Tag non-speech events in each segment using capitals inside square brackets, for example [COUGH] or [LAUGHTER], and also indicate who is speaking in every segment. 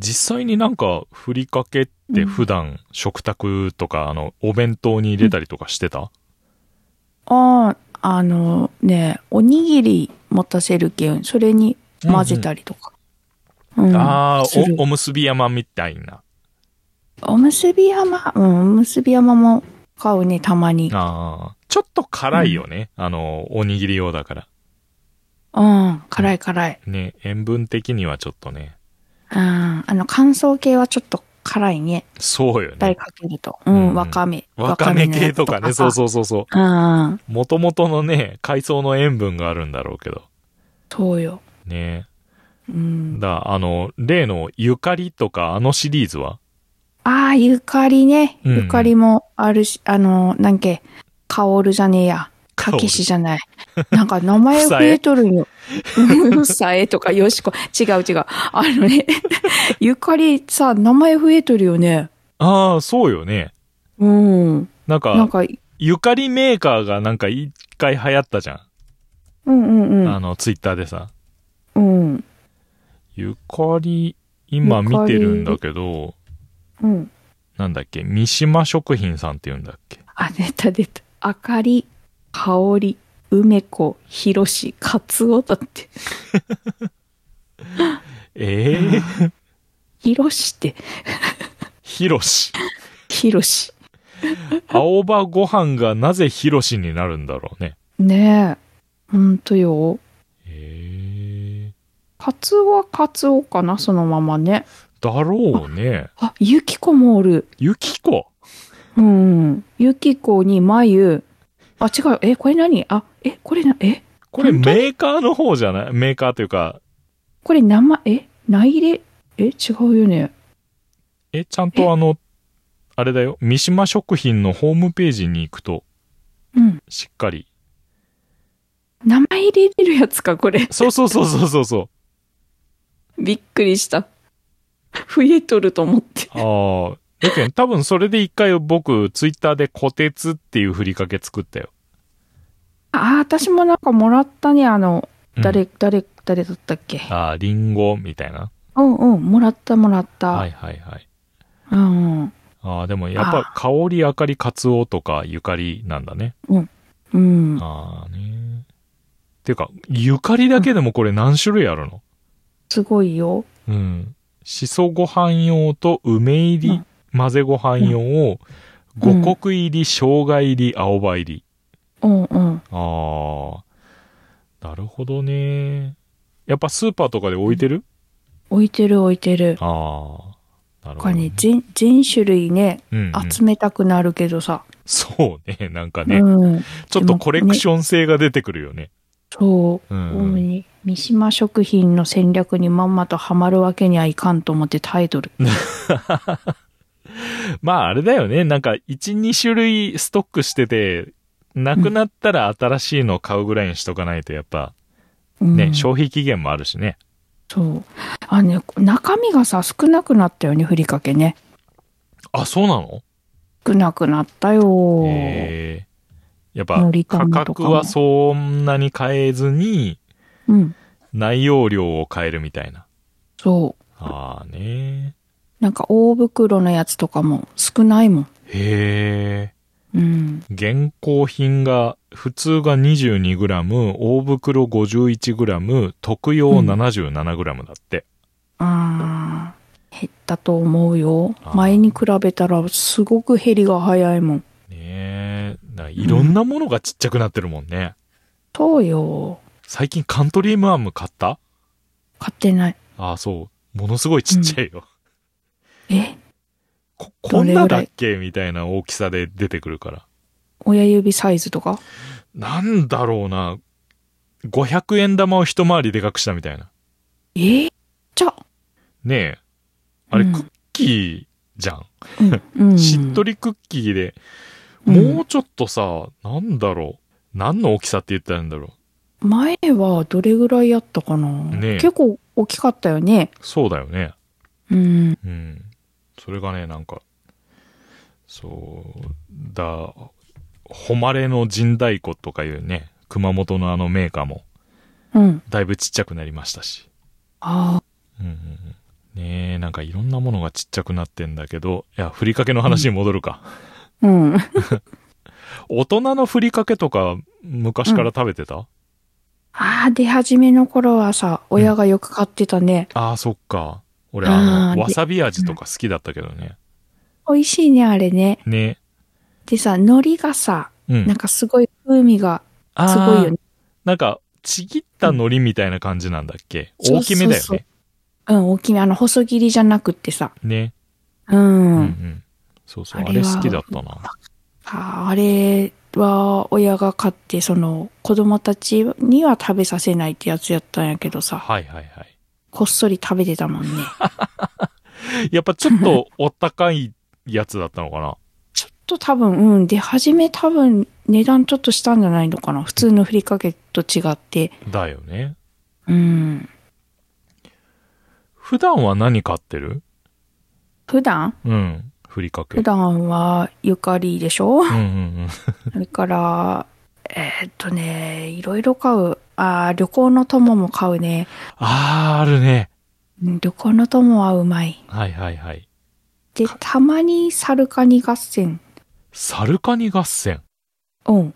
Speaker 1: 際になんか、ふりかけって普段、食卓とか、あの、お弁当に入れたりとかしてた
Speaker 2: ああ、あのね、おにぎり持たせるけん、それに混ぜたりとか。うん
Speaker 1: ああ
Speaker 2: する、
Speaker 1: お、おむすび山みたいな。
Speaker 2: おむすび山、うん、おむすび山も買うね、たまに。
Speaker 1: ああ、ちょっと辛いよね。あの、おにぎり用だから。
Speaker 2: うん、辛い辛い。
Speaker 1: ね、塩分的にはちょっとね。
Speaker 2: うん、あの、乾燥系はちょっと辛いね。
Speaker 1: そうよ
Speaker 2: 大
Speaker 1: ね。
Speaker 2: かけると。う
Speaker 1: うん
Speaker 2: ん、わかめ。
Speaker 1: わかめ
Speaker 2: のや
Speaker 1: 系
Speaker 2: つ
Speaker 1: とかね、そうそうそうそう。
Speaker 2: う。うん、
Speaker 1: もともとのね、海藻の塩分があるんだろうけど。
Speaker 2: そうよ。
Speaker 1: ね。
Speaker 2: うん。
Speaker 1: だ、あの、例のゆかりとかあのシリーズは
Speaker 2: ああ、ゆかりね。
Speaker 1: うん
Speaker 2: ゆかりもあるし、あの、なんけ、かおるじゃねえや。
Speaker 1: カ
Speaker 2: か
Speaker 1: オル
Speaker 2: けしじゃない。なんか名前増えとるんよ。うんさえとかよしこ。違う違う。あのね、 [LAUGHS] ゆかりさ、名前増えとるよね。
Speaker 1: ああ、そうよね。
Speaker 2: うん。
Speaker 1: なんか、
Speaker 2: なんか、うん
Speaker 1: ゆかりメーカーがなんか一回流行ったじゃん。
Speaker 2: うん
Speaker 1: あの、ツイッターでさ。
Speaker 2: うん。うん。
Speaker 1: ゆかり、今見てるんだけど、
Speaker 2: うん。
Speaker 1: なんだっけ、三島食品さんって言うんだっけ。
Speaker 2: あ、出た出た。あかり、かおり、梅子、ひろし、かつおだって。
Speaker 1: ええ
Speaker 2: [LAUGHS] ひろしって、
Speaker 1: ひろし。
Speaker 2: ひろし。
Speaker 1: 青葉ご飯がなぜひろしになるんだろうね。
Speaker 2: ねえ。ほんとよ。
Speaker 1: ええ
Speaker 2: カツオはカツオかな、そのままね。
Speaker 1: だろうね。
Speaker 2: あ、ゆきこもおる。
Speaker 1: ゆきこ。
Speaker 2: うん。ゆきこに眉。あ、違う。え、これ何あ、え、これな、え、
Speaker 1: これ
Speaker 2: 本当
Speaker 1: メーカーの方じゃないメーカーというか、
Speaker 2: これ名前、え、内入れ、え、違うよね。
Speaker 1: え、ちゃんとあの、あれだよ。三島食品のホームページに行くと、
Speaker 2: うん。
Speaker 1: しっかり。
Speaker 2: 名前入れれるやつか、これ。 [LAUGHS]
Speaker 1: そうそうそうそうそうそう。
Speaker 2: びっくりした。増えとると思って。
Speaker 1: ああ。だけど多分それで一回僕、ツイッターで小鉄っていうふりかけ作ったよ。
Speaker 2: あ、私もなんかもらったね、あの、
Speaker 1: うん
Speaker 2: 誰、誰、誰だったっけ。
Speaker 1: ああ、リンゴみたいな。
Speaker 2: うんうん、もらったもらった。
Speaker 1: はいはいはい。
Speaker 2: うんうん。
Speaker 1: ああ、でもやっぱ、香り、あかり、かつおとか、ゆかりなんだね。
Speaker 2: うん。
Speaker 1: ああね。ていうか、ゆかりだけでもこれ何種類あるの
Speaker 2: すごいよ。
Speaker 1: うん。しそご飯用と梅入
Speaker 2: う
Speaker 1: り
Speaker 2: ん、
Speaker 1: 混ぜご飯用を、
Speaker 2: うん
Speaker 1: 五穀入り、生姜入り、青葉入り。
Speaker 2: うんうん。
Speaker 1: ああ。なるほどね。やっぱスーパーとかで置いてる
Speaker 2: 置いてる置いてる。
Speaker 1: ああ。なるほど、
Speaker 2: これ
Speaker 1: ね
Speaker 2: ね、。全、全種類ね、
Speaker 1: うんうん、
Speaker 2: 集めたくなるけどさ。
Speaker 1: そうね。なんか
Speaker 2: う
Speaker 1: ね、
Speaker 2: ん。
Speaker 1: ちょっとコレクション性が出てくるよね。
Speaker 2: そうう。
Speaker 1: ん、
Speaker 2: 主に三島食品の戦略にまんまとハマるわけにはいかんと思ってタイトル。
Speaker 1: まああれだよね。なんか1、2種類ストックしてて、なくなったら新しいの買うぐらいにしとかないとやっぱ
Speaker 2: うん、
Speaker 1: ね、消費期限もあるしね。
Speaker 2: そう。あのね、中身がさ、少なくなったよね、ふりかけね。
Speaker 1: あ、そうなの
Speaker 2: 少なくなったよ。
Speaker 1: へえやっぱ
Speaker 2: のりた
Speaker 1: 価
Speaker 2: まと
Speaker 1: 格
Speaker 2: かも
Speaker 1: はそんなに変えずに
Speaker 2: うん。
Speaker 1: 内容量を変えるみたいな。
Speaker 2: そう。
Speaker 1: ああね。
Speaker 2: なんか大袋のやつとかも少ないもん。
Speaker 1: へえ。
Speaker 2: うん。
Speaker 1: 現行品が、普通が 22g、大袋 51g、特用 77g だって。
Speaker 2: あー減ったと思うよ
Speaker 1: あ。ー
Speaker 2: 前に比べたらすごく減りが早いもん。
Speaker 1: ねえ、ないろんなものがちっちゃくなってるもんね。
Speaker 2: そうよ。
Speaker 1: 最近カントリームアーム買った
Speaker 2: 買ってない。
Speaker 1: ああ、そう。ものすごいちっちゃいよ。
Speaker 2: え
Speaker 1: こ、こんな
Speaker 2: どれぐ
Speaker 1: だ
Speaker 2: ら
Speaker 1: っ
Speaker 2: い
Speaker 1: けみたいな大きさで出てくるから。
Speaker 2: 親指サイズとか
Speaker 1: なんだろうな。500円玉を一回りでかくしたみたいな。
Speaker 2: えーじゃあ、
Speaker 1: ねえ。あれ、
Speaker 2: うん
Speaker 1: クッキーじゃん。
Speaker 2: うん。
Speaker 1: しっとりクッキーで、
Speaker 2: うん
Speaker 1: もうちょっとさ、なんだろう。何の大きさって言ったらいいんだろ
Speaker 2: 前はどれぐらいやったかな、
Speaker 1: ねえ
Speaker 2: 結構大きかったよね。
Speaker 1: う。そうだよね。
Speaker 2: うん。
Speaker 1: うん。それがね、なんか、そう、だ、誉れの神太鼓とかいうね、熊本のあのメーカーも、
Speaker 2: うん。
Speaker 1: だいぶちっちゃくなりましたし。
Speaker 2: ああ、
Speaker 1: うんうんうん。ねえ、なんかいろんなものがちっちゃくなってんだけど、いや、ふりかけの話に戻る
Speaker 2: [LAUGHS]
Speaker 1: か。
Speaker 2: うん。
Speaker 1: 大人のふりかけとか、昔から食べてた、
Speaker 2: ああ、出始めの頃はさ、親がよく買ってたね。
Speaker 1: ああ、そっか。俺、あ
Speaker 2: あー
Speaker 1: の、
Speaker 2: で
Speaker 1: わさび味とか好きだったけどね。
Speaker 2: 美味しいね、あれね。
Speaker 1: ね
Speaker 2: でさ、海苔がさ、
Speaker 1: え。うん。
Speaker 2: なんかすごい風味が
Speaker 1: あー
Speaker 2: すごいよね。
Speaker 1: なんか、ちぎった海苔みたいな感じなんだっけ、
Speaker 2: うん
Speaker 1: 大きめだよね。
Speaker 2: そうそううん、大きめ。あの、細切りじゃなくってさ。
Speaker 1: ね。
Speaker 2: う。
Speaker 1: うんうんん。そうそう。あ
Speaker 2: あ
Speaker 1: れ
Speaker 2: れは
Speaker 1: 好きだったな。
Speaker 2: ああれは親が買って、その、子供たちには食べさせないってやつやったんやけどさ、
Speaker 1: はいはいはい。
Speaker 2: こっそり食べてたもんね。 [LAUGHS]
Speaker 1: やっぱちょっとお高いやつだったのかな
Speaker 2: ちょっと多分、うん、出始め多分値段ちょっとしたんじゃないのかな。普通のふりかけと違って。
Speaker 1: だよね。
Speaker 2: うん。
Speaker 1: 普段は何買ってる
Speaker 2: 普段
Speaker 1: うん。ふりかけ。
Speaker 2: 普段はゆかりでし
Speaker 1: [LAUGHS]
Speaker 2: ょ
Speaker 1: うんうん
Speaker 2: それから、えーっとね、いろいろ買う。あー旅行の友も買うね。
Speaker 1: うん。あー、あるね。
Speaker 2: うん旅行の友はうまい。
Speaker 1: はいはいはい。
Speaker 2: で、たまにサルカニ合戦。
Speaker 1: サルカニ合戦。
Speaker 2: うん。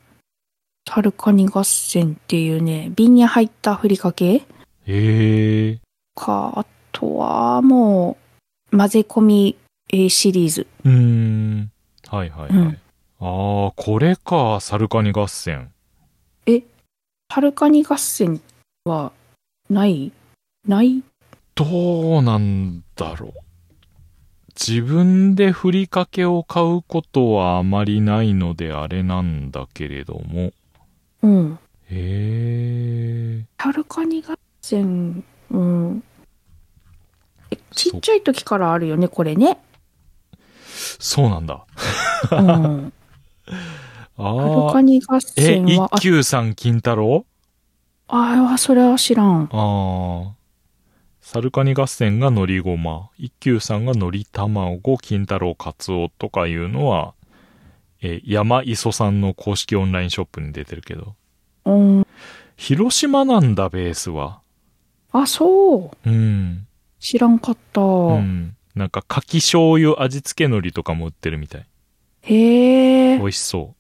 Speaker 2: サルカニ合戦っていうね、瓶に入ったふりかけ
Speaker 1: へえ。
Speaker 2: か、あとはもう、混ぜ込み、えーシリーズ。
Speaker 1: うーん。はいはいはい。
Speaker 2: うん
Speaker 1: あー、これか、サルカニ合戦。
Speaker 2: サルカニ合戦は、ないない
Speaker 1: どうなんだろう。自分でふりかけを買うことはあまりないのであれなんだけれども。
Speaker 2: うん。
Speaker 1: へえ。
Speaker 2: サルカニ合戦、うん。えちっちゃい時からあるよね、これね。
Speaker 1: そうなんだ。 [LAUGHS]
Speaker 2: うん。
Speaker 1: あ
Speaker 2: サル
Speaker 1: ー
Speaker 2: カ。ニ合
Speaker 1: え、
Speaker 2: 戦
Speaker 1: 一
Speaker 2: は、あ
Speaker 1: 休さん金太郎
Speaker 2: あー、それは知らん。
Speaker 1: ああ。サルカニ合戦がのりごま、一休さんがのり卵、金太郎カツオとかいうのは、えー、山磯さんの公式オンラインショップに出てるけど。
Speaker 2: うん。
Speaker 1: 広島なんだ、ベースは。
Speaker 2: あ、そう。
Speaker 1: うん。
Speaker 2: 知らんかった。
Speaker 1: うん。なんか、柿醤油味付け海苔とかも売ってるみたい。
Speaker 2: へえ。
Speaker 1: 美味しそ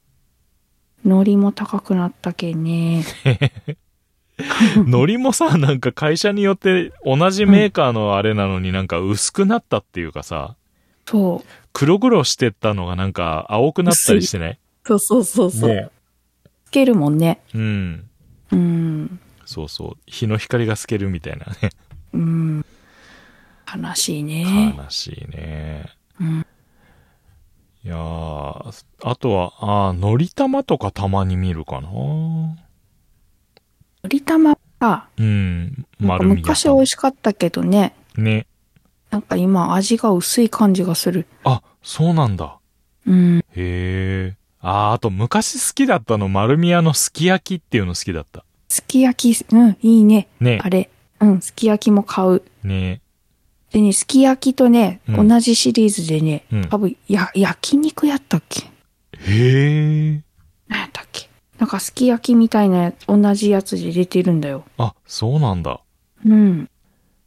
Speaker 2: 海苔も高くなったけんね。
Speaker 1: う。海苔もさ、なんか会社によって同じメーカーのあれなのになんか薄くなったっていうかさ、
Speaker 2: そう。
Speaker 1: 黒々してったのがなんか青くなったりしてない
Speaker 2: そうそうそうそう。
Speaker 1: ね
Speaker 2: つけるもんね。
Speaker 1: うん。
Speaker 2: うん。
Speaker 1: そうそう。日の光が透けるみたいなね。
Speaker 2: うん。悲しいね。
Speaker 1: 悲しいね。
Speaker 2: うん
Speaker 1: いやーあとは、ああ、のり玉とかたまに見るかな。
Speaker 2: のり玉が、
Speaker 1: うん。
Speaker 2: なんか
Speaker 1: 丸みや
Speaker 2: 昔美味しかったけどね。
Speaker 1: ね。
Speaker 2: なんか今味が薄い感じがする。
Speaker 1: あ、そうなんだ。
Speaker 2: うん。
Speaker 1: へえ。あー、あと昔好きだったの、丸宮のすき焼きっていうの好きだった。
Speaker 2: すき焼き、うん、いいね。
Speaker 1: ね
Speaker 2: あ。れ。うん、すき焼きも買う。
Speaker 1: ね。
Speaker 2: でね、すき焼きとね、
Speaker 1: うん
Speaker 2: 同じシリーズでね、
Speaker 1: うん
Speaker 2: 多分、や、焼肉やったっけ
Speaker 1: へえ。
Speaker 2: 何やったっけなんかすき焼きみたいなや同じやつで出てるんだよ。
Speaker 1: あ、そうなんだ。
Speaker 2: うん。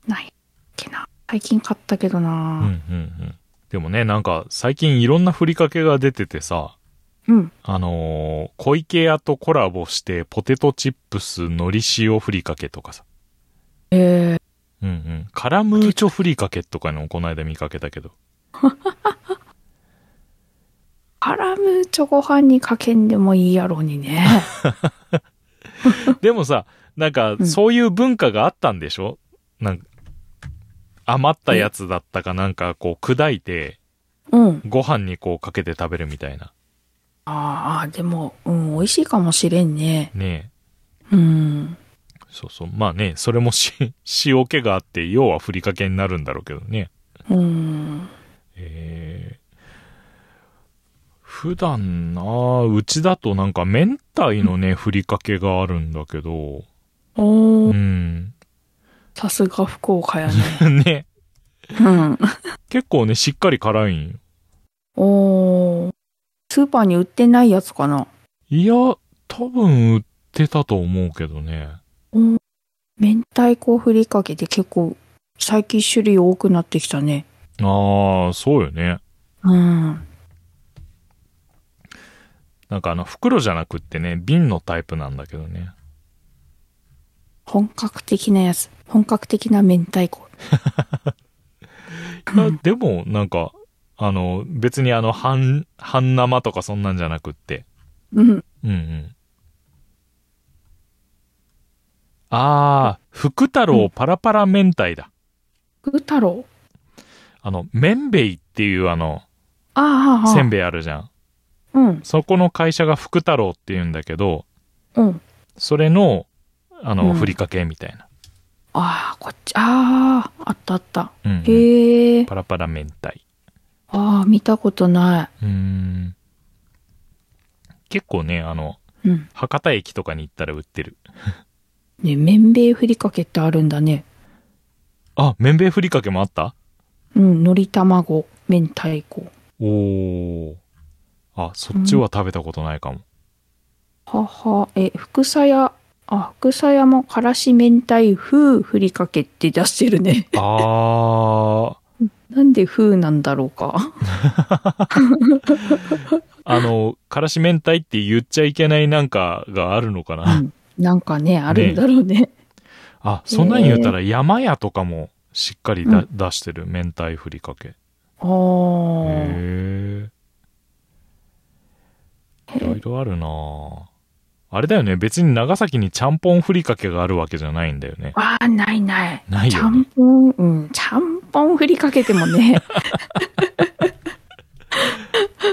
Speaker 2: ないっけな。最近買ったけど
Speaker 1: う、
Speaker 2: なん
Speaker 1: うん、うん。でもね、なんか最近いろんなふりかけが出ててさ、
Speaker 2: うん。
Speaker 1: あのー小池屋とコラボして、ポテトチップス海苔塩ふりかけとかさ。
Speaker 2: え
Speaker 1: うんうん。カラムーチョふりかけとかのこの間見かけたけど。
Speaker 2: カラムーチョご飯にかけんでもいいやろうにね。
Speaker 1: でもさ、なんか
Speaker 2: う、ん
Speaker 1: そういう文化があったんでしょ、なんか、余ったやつだったかなんか、こう、砕いて、
Speaker 2: うん。
Speaker 1: ご飯にこう、かけて食べるみたいな。
Speaker 2: ああ、でも、うん、美味しいかもしれんね。
Speaker 1: ね
Speaker 2: うん。
Speaker 1: え。そうそう。まあね、それもし、 [LAUGHS] 塩気があって、要はふりかけになるんだろうけどね。
Speaker 2: うん。
Speaker 1: えー普段なあ、うちだとなんか、明太の [LAUGHS] ね、ふりかけがあるんだけど、
Speaker 2: お
Speaker 1: う
Speaker 2: ー、
Speaker 1: ん。
Speaker 2: さすが福岡 [LAUGHS] やね。
Speaker 1: [LAUGHS] ね。
Speaker 2: うん。
Speaker 1: 結構ね、しっかり辛いんよ。
Speaker 2: おー。スーパーに売ってないやつかない
Speaker 1: や、多分売ってたと思うけどね。
Speaker 2: 明太子ふりかけって結構最近種類多くなってきたね。
Speaker 1: ああ、そうよね。
Speaker 2: うん。
Speaker 1: なんかあの、袋じゃなくってね、瓶のタイプなんだけどね。
Speaker 2: 本格的なやつ。本格的な明太
Speaker 1: [LAUGHS]
Speaker 2: 子。
Speaker 1: いやでも、なんか、あの、別にあの、半、半生とかそんなんじゃなくって。
Speaker 2: うん。
Speaker 1: うんうん。ああ、福太郎パラパラ明太だ。
Speaker 2: 福太郎。
Speaker 1: あの、麺べいっていうあの、
Speaker 2: ああ、ああああ。
Speaker 1: せんべいあるじゃん。
Speaker 2: うん。
Speaker 1: そこの会社が福太郎っていうんだけど、
Speaker 2: うん。
Speaker 1: それの、あの、
Speaker 2: うん
Speaker 1: ふりかけみたいな。
Speaker 2: ああ、こっち。ああ、あったあった。
Speaker 1: うんうん、
Speaker 2: へえ。
Speaker 1: パラパラ明太。
Speaker 2: ああ、見たことな
Speaker 1: うーん。結構ね、あの、
Speaker 2: い。うん。
Speaker 1: 博多駅とかに行ったら売ってる。
Speaker 2: ね、麺米ふりかけってあるんだね。
Speaker 1: あ、麺べいふりかけもあった
Speaker 2: うん。のり卵、明太子。
Speaker 1: おー。あ、そっちは食べたことないかも。
Speaker 2: はは、え、福さや、あ、福さやもからし明太風ふりかけって出してるね。
Speaker 1: あ
Speaker 2: なんで風なんだろうか。
Speaker 1: ー、あの、からし明太って言っちゃいけないなんか [LAUGHS] があるのかな。
Speaker 2: うんなんかね、あるんだろうね。
Speaker 1: あ、そんなん言うたら山屋とかもしっかりだ、出してる明太ふりかけ。へ
Speaker 2: あー
Speaker 1: え。いろいろあるなぁあれだよね、別に長崎にちゃんぽんふりかけがあるわけじゃないんだよね。
Speaker 2: あー、ないない。
Speaker 1: ない
Speaker 2: ち
Speaker 1: よ
Speaker 2: ゃん
Speaker 1: ね。
Speaker 2: ぽん、うん、ちゃんぽんふりかけてもね。 [LAUGHS]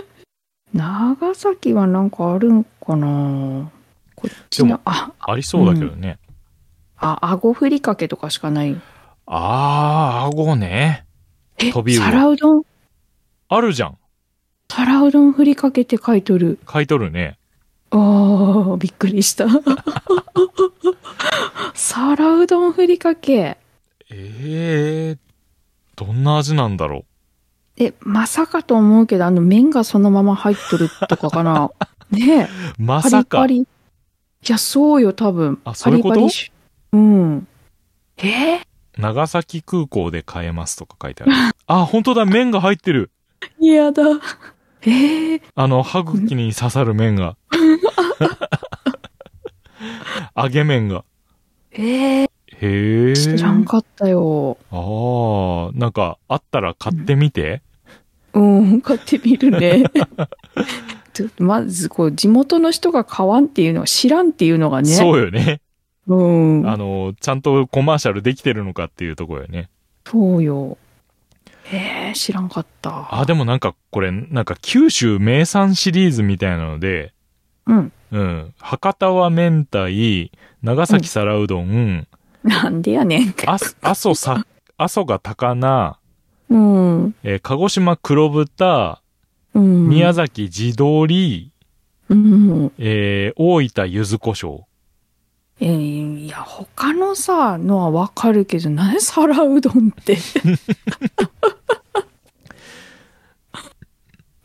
Speaker 2: 長崎はなんかあるんかなこっち
Speaker 1: で
Speaker 2: の
Speaker 1: も、
Speaker 2: あ、
Speaker 1: ありそうだけどね。
Speaker 2: あ、顎ふりかけとかしかないよ。
Speaker 1: あー、顎ね。
Speaker 2: え
Speaker 1: 飛び、魚
Speaker 2: 皿うどん、
Speaker 1: あるじゃん。
Speaker 2: 皿うどんふりかけって書いとる。
Speaker 1: 買い取るね。
Speaker 2: ああ、びっくりした。 [LAUGHS] 皿うどんふりかけ。
Speaker 1: ええどんな味なんだろ
Speaker 2: え、まさかと思うけど、あの麺がそのまま入っとるとか
Speaker 1: [LAUGHS]
Speaker 2: かな。ねえ、
Speaker 1: う。ま
Speaker 2: パ
Speaker 1: さ
Speaker 2: リ
Speaker 1: か
Speaker 2: パ。リ。いや、そうよ、多分。
Speaker 1: あそういうこと
Speaker 2: パリパリしうん。えー
Speaker 1: 長崎空港で買えますとか書いてある。あ、本当だ、麺が入ってる。
Speaker 2: 嫌だ。えー
Speaker 1: あの、歯茎に刺さる麺
Speaker 2: [LAUGHS]
Speaker 1: が。揚げ麺が。
Speaker 2: えー
Speaker 1: へえ。
Speaker 2: 知らんかったよ。
Speaker 1: ああ、なんか、あったら買ってみて。
Speaker 2: うん、買ってみる
Speaker 1: [LAUGHS]
Speaker 2: ね。ちょっとまず、こう、地元の人が買わんっていうのは、知らんっていうのがね。
Speaker 1: そうよね。
Speaker 2: う。ん。
Speaker 1: あの、ちゃんとコマーシャルできてるのかっていうところよね。
Speaker 2: そうよ。えー、知らんかった。
Speaker 1: あ、でもなんか、これ、なんか、九州名産シリーズみたいなので、
Speaker 2: うん。
Speaker 1: うん。博多は明太、長崎皿うどん、
Speaker 2: なんでやねん。
Speaker 1: あす阿蘇さ、阿蘇が高菜、
Speaker 2: うん。
Speaker 1: えー鹿児島黒豚、
Speaker 2: うん。
Speaker 1: 宮崎地鶏、
Speaker 2: うん。
Speaker 1: えー大分柚子胡椒。
Speaker 2: えーいや、他のさ、のはわかるけど、なぜ皿うどんって。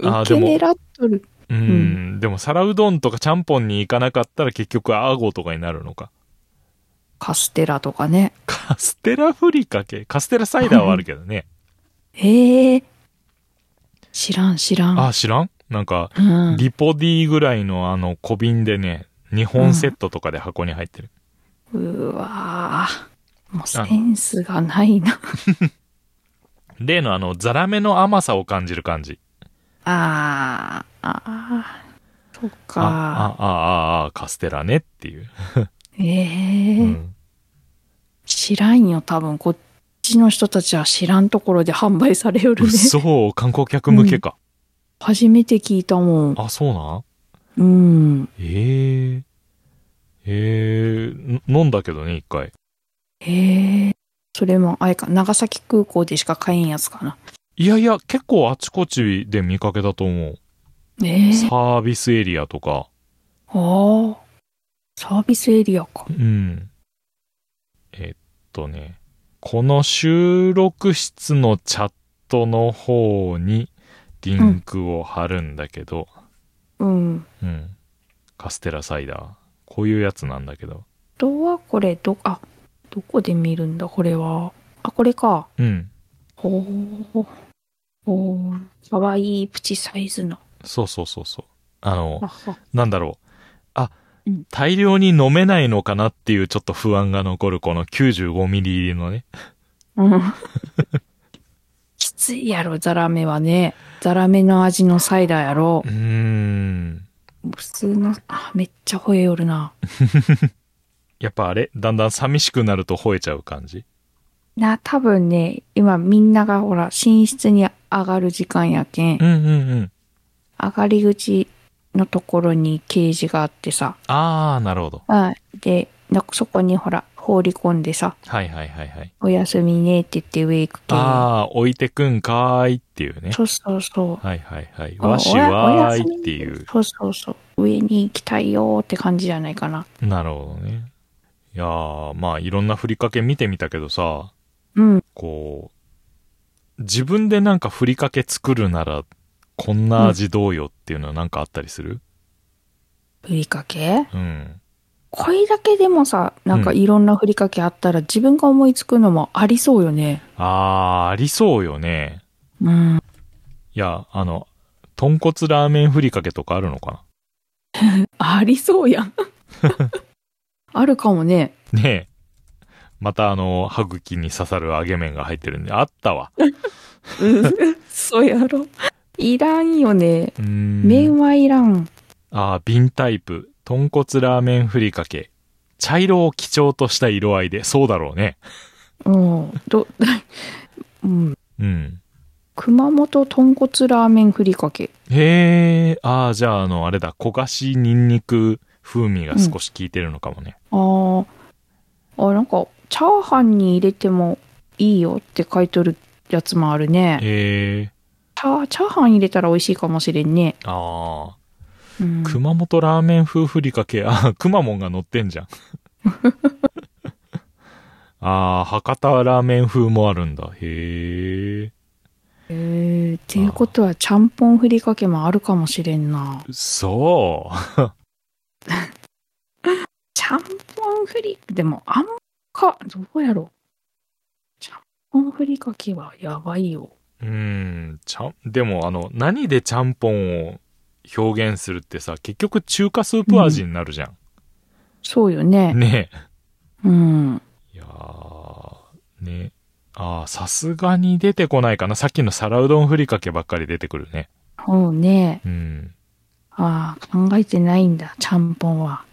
Speaker 1: あー
Speaker 2: 受け狙っとる。
Speaker 1: うん。でも、皿うどんとかちゃんぽんに行かなかったら結局、アゴとかになるのか。
Speaker 2: カステラとかね。
Speaker 1: カステラふりかけカステラサイダーはあるけどね。
Speaker 2: ええ知らん、知らん。
Speaker 1: あ、知らんなんか、
Speaker 2: うん、
Speaker 1: リポディぐらいのあの小瓶でね、2本セットとかで箱に入ってる。
Speaker 2: うわーもうセンスがないな。
Speaker 1: 例のあの、ザラメの甘さを感じる感じ。
Speaker 2: あーあー、そっ
Speaker 1: あ、
Speaker 2: か。
Speaker 1: あ、あ、あ、あ、カステラねっていう。
Speaker 2: ええ
Speaker 1: うん
Speaker 2: 知らんよ、多分。こっちの人たちは知らんところで販売されよるね。
Speaker 1: 嘘、観光客向けか。
Speaker 2: 初めて聞いたもん。
Speaker 1: あ、そうなん
Speaker 2: うん。
Speaker 1: ええええん飲んだけどね、一回。
Speaker 2: へえ。それも、あれか、長崎空港でしか買えんやつかな。
Speaker 1: いやいや、結構あちこちで見かけたと思う。
Speaker 2: ええ
Speaker 1: サービスエリアとか。
Speaker 2: ああ。サービスエリアか
Speaker 1: う。ん。えっとね、この収録室のチャットの方にリンクを貼るんだけど、
Speaker 2: うん。
Speaker 1: うん、カステラサイダー。こういうやつなんだけど。
Speaker 2: あとは、これ、ど、あ、どこで見るんだ、これは。あ、これか。
Speaker 1: うん。
Speaker 2: ほう。ほう。かわいいプチサイズの。
Speaker 1: そうそうそうそう。あの、
Speaker 2: あは
Speaker 1: なんだろう。あ
Speaker 2: うん、
Speaker 1: 大量に飲めないのかなっていうちょっと不安が残るこの 95mm 入りのね。
Speaker 2: うん。 [LAUGHS] きついやろ、ザラメはね。ザラメの味のサイダーやろ
Speaker 1: う。ーん。
Speaker 2: 普通の、あ、めっちゃ吠えよるな。
Speaker 1: やっぱあれだんだん寂しくなると吠えちゃう感じ
Speaker 2: な、多分ね、今みんながほら、寝室に上がる時間やけん
Speaker 1: う、んうんうん。
Speaker 2: 上がり口のところにケージがあってさ、
Speaker 1: あー、なるほど。
Speaker 2: はい。で、なそこにほら、放り込んでさ、
Speaker 1: はいはいはいはい。
Speaker 2: おやすみねって言って上行くけん
Speaker 1: あー、置いてくんかーいっていうね。
Speaker 2: そうそうそう。
Speaker 1: はいはいはい。
Speaker 2: あ
Speaker 1: わし
Speaker 2: おや
Speaker 1: わ
Speaker 2: おやす
Speaker 1: ー
Speaker 2: み
Speaker 1: いっていう。
Speaker 2: そうそうそう。上に行きたいよーって感じじゃないかな。
Speaker 1: なるほどね。いやー、まあいろんなふりかけ見てみたけどさ、
Speaker 2: うん。
Speaker 1: こう、自分でなんかふりかけ作るなら、こんな味どうよっていうのはなんかあったりする
Speaker 2: ふりかけ
Speaker 1: うん。
Speaker 2: これだけでもさ、なんか
Speaker 1: うん
Speaker 2: いろんなふりかけあったら自分が思いつくのもありそうよね。
Speaker 1: あー、ありそうよね。
Speaker 2: うん。
Speaker 1: いや、あの、豚骨ラーメンふりかけとかあるのか
Speaker 2: ありそう [LAUGHS] やん。あるかもね。
Speaker 1: なねえ。またあの、歯茎に刺さる揚げ麺が入ってるんで、あったわ。
Speaker 2: うん。そうやろ。いらんよね。
Speaker 1: うーん。
Speaker 2: 麺はいらん。
Speaker 1: ああ、瓶タイプ、豚骨ラーメンふりかけ。茶色を基調とした色合いで、そうだろうね。
Speaker 2: うん。ど、うん。
Speaker 1: うん。
Speaker 2: 熊本豚骨ラーメンふりかけ。
Speaker 1: へえ、ああ、じゃあ、あの、あれだ、焦がしニンニク風味が少し効いてるのかもね。
Speaker 2: ああ、あ、なんか、チャーハンに入れてもいいよって書いとるやつもあるね。
Speaker 1: へえ、
Speaker 2: チャチャーハン入れたら美味しいかもしれんね。
Speaker 1: ああ、
Speaker 2: うん、
Speaker 1: 熊本ラーメン風ふりかけ、ああ、くまモンが乗ってんじゃん。ああ、博多ラーメン風もあるんだ。へえ、
Speaker 2: えー、っていうことは、ちゃんぽんふりかけもあるかもしれんな。
Speaker 1: そう。
Speaker 2: ちゃんぽんふり、でも、あんか、どうやろう。ちゃんぽんふりかけはやばいよ。
Speaker 1: うーん、ちゃん、でもあの、何でちゃんぽんを表現するってさ、結局中華スープ味になるじゃん。
Speaker 2: そうよね。
Speaker 1: ね
Speaker 2: うん。
Speaker 1: え。いやー、ねあーさすがに出てこないかな。さっきの皿うどんふりかけばっかり出てくるね。
Speaker 2: そうね。
Speaker 1: うん。
Speaker 2: ああ、考えてないんだ、ちゃんぽんは。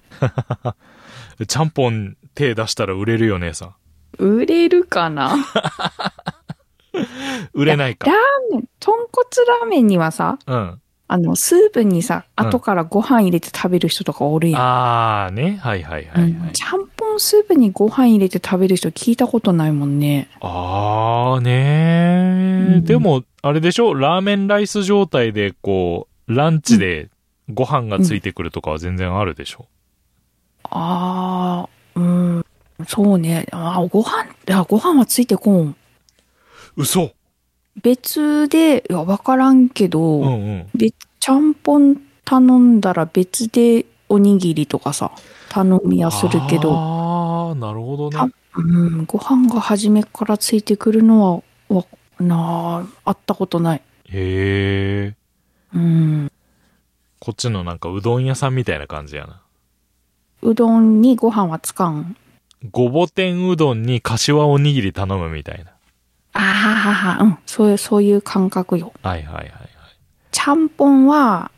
Speaker 1: ちゃんぽん手出したら売れるよね、さ。
Speaker 2: 売れるかな
Speaker 1: 売れないか
Speaker 2: い。豚骨ラーメンにはさ、
Speaker 1: うん。
Speaker 2: あの、スープにさ、
Speaker 1: うん
Speaker 2: 後からご飯入れて食べる人とかおるやん。
Speaker 1: あー、ね。はいはいはい、は
Speaker 2: う
Speaker 1: い
Speaker 2: ん。ちゃんぽんスープにご飯入れて食べる人聞いたことないもんね。
Speaker 1: あーねー、
Speaker 2: うん
Speaker 1: でも、あれでしょラーメンライス状態で、こう、ランチでご飯がついてくるとかは全然あるでしょ、
Speaker 2: あー、うん。そうね。あー、ご飯、あご飯はついてこん。
Speaker 1: 嘘
Speaker 2: 別で、いや、わからんけど、
Speaker 1: うんうん。
Speaker 2: 別、ちゃんぽん頼んだら別でおにぎりとかさ、頼みはするけど、
Speaker 1: あー、なるほどね
Speaker 2: あ。うん、ご飯が初めからついてくるのは、わ、なあ、あったことない。
Speaker 1: へー。
Speaker 2: うん。
Speaker 1: こっちのなんかうどん屋さんみたいな感じやな。
Speaker 2: うどんにご飯はつかん。
Speaker 1: ごぼ天うどんに柏おにぎり頼むみたいな。
Speaker 2: あははは、うん。そういう、そういう感覚よ。
Speaker 1: はいはいはいはい。
Speaker 2: ちゃんぽんは、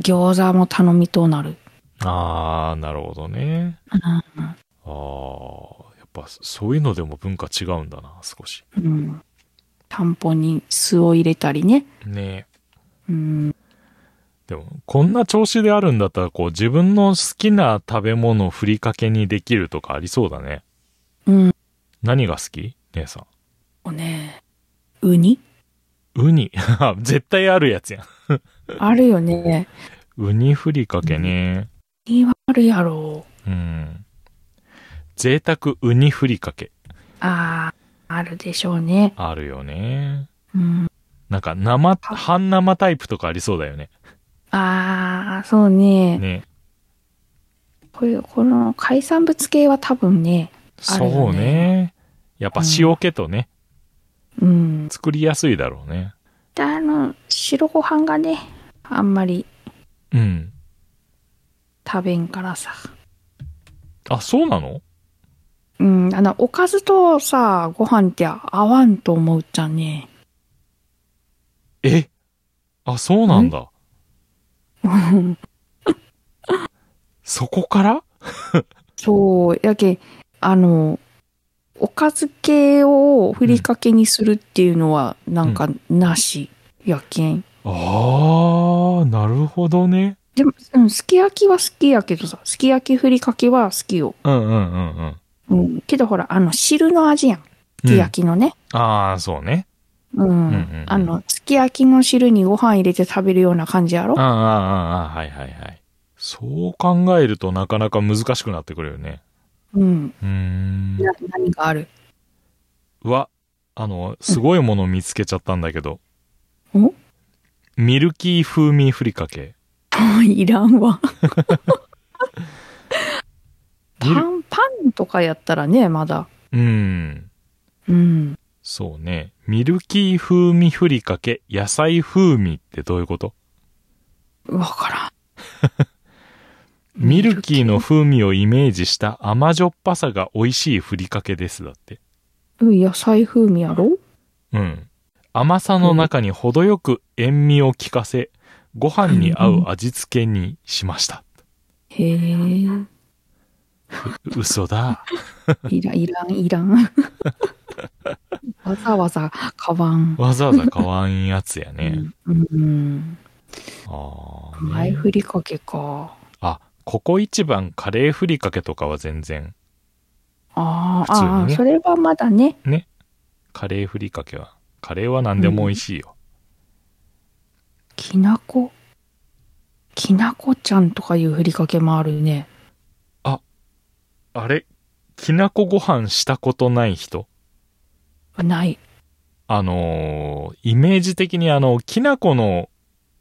Speaker 2: 餃子も頼みとうなる。
Speaker 1: あー、なるほどね。あー、やっぱそういうのでも文化違うんだな、少し。
Speaker 2: うん。ちゃんぽんに酢を入れたりね。
Speaker 1: ねえ。
Speaker 2: うん。
Speaker 1: でも、こんな調子であるんだったら、こう、自分の好きな食べ物をふりかけにできるとかありそうだね。
Speaker 2: うん。
Speaker 1: 何が好き姉さ
Speaker 2: おね、ウニ
Speaker 1: ん。ウニ。 [LAUGHS] 絶対あるやつや
Speaker 2: あるよね。
Speaker 1: ん。ウニふりかけね。
Speaker 2: ウニはあるやろ
Speaker 1: うん。贅沢ウニふりかけ。
Speaker 2: ああ、あるでしょうね。
Speaker 1: あるよね。
Speaker 2: うん。
Speaker 1: なんか、生、半生タイプとかありそうだよね。
Speaker 2: ああ、そうね。
Speaker 1: ね。
Speaker 2: こういう、この海産物系は多分ね、ある
Speaker 1: そ
Speaker 2: よね
Speaker 1: うね。やっぱ塩気とね、
Speaker 2: うん。
Speaker 1: 作りやすいだろうね。
Speaker 2: であの、白ご飯がね、あんまり
Speaker 1: うん。
Speaker 2: 食べんからさ。
Speaker 1: あ、そうなの
Speaker 2: うん、あの、おかずとさ、ご飯って合わんと思うじゃんね。
Speaker 1: えあ、そうなん
Speaker 2: [LAUGHS]
Speaker 1: だ。そこから
Speaker 2: そう、だけ、あの、おかず系をふりかけにするっていうのは、なんか、なし、やけん。
Speaker 1: あー、なるほどね。
Speaker 2: でも、うん、すき焼きは好きやけどさ、すき焼きふりかけは好きよ。
Speaker 1: うんうんうんうん。
Speaker 2: うん。けどほら、あの、汁の味やん。すき焼きのね。
Speaker 1: うん、あー、そうね。
Speaker 2: うん。
Speaker 1: んうん
Speaker 2: あの、すき焼きの汁にご飯入れて食べるような感じやろ
Speaker 1: あーあーあーあー、はいはいはい。そう考えるとなかなか難しくなってくるよね。
Speaker 2: うん。
Speaker 1: うーん。
Speaker 2: な何がある
Speaker 1: うわ、あの、すごいもの見つけちゃったんだけど。
Speaker 2: お
Speaker 1: ミルキー風味ふりかけ。
Speaker 2: あいらん [LAUGHS] わ。
Speaker 1: ミ
Speaker 2: パ
Speaker 1: ル
Speaker 2: ン、パンとかやったらね、まだ。
Speaker 1: うん。
Speaker 2: うん。
Speaker 1: そうね。ミルキー風味ふりかけ、野菜風味ってどういうこと
Speaker 2: わ [LAUGHS] からん。
Speaker 1: ミルキーの風味をイメージした甘じょっぱさが美味しいふりかけです。だって。
Speaker 2: うん野菜風味やろ
Speaker 1: うん。甘さの中に程よく塩味を効かせ、ご飯に合う味付けにしま [LAUGHS] した。
Speaker 2: へえ。
Speaker 1: 嘘だ。
Speaker 2: いら、いらん、いらん。わざわざ買わん。
Speaker 1: わざわざ買わんやつやね。
Speaker 2: うん。
Speaker 1: あーね
Speaker 2: 前ふりかけか。
Speaker 1: あ、ここ一番カレーふりかけとかは全然、
Speaker 2: あー
Speaker 1: 普通にね
Speaker 2: あー、それはまだね。
Speaker 1: カレーふりかけは、カレーは何でも美味しいよ。
Speaker 2: きなこ。きなこちゃんとかいうふりかけもあるね。
Speaker 1: あれきなこご飯したことない人
Speaker 2: ない。
Speaker 1: あのーイメージ的にあの、きなこの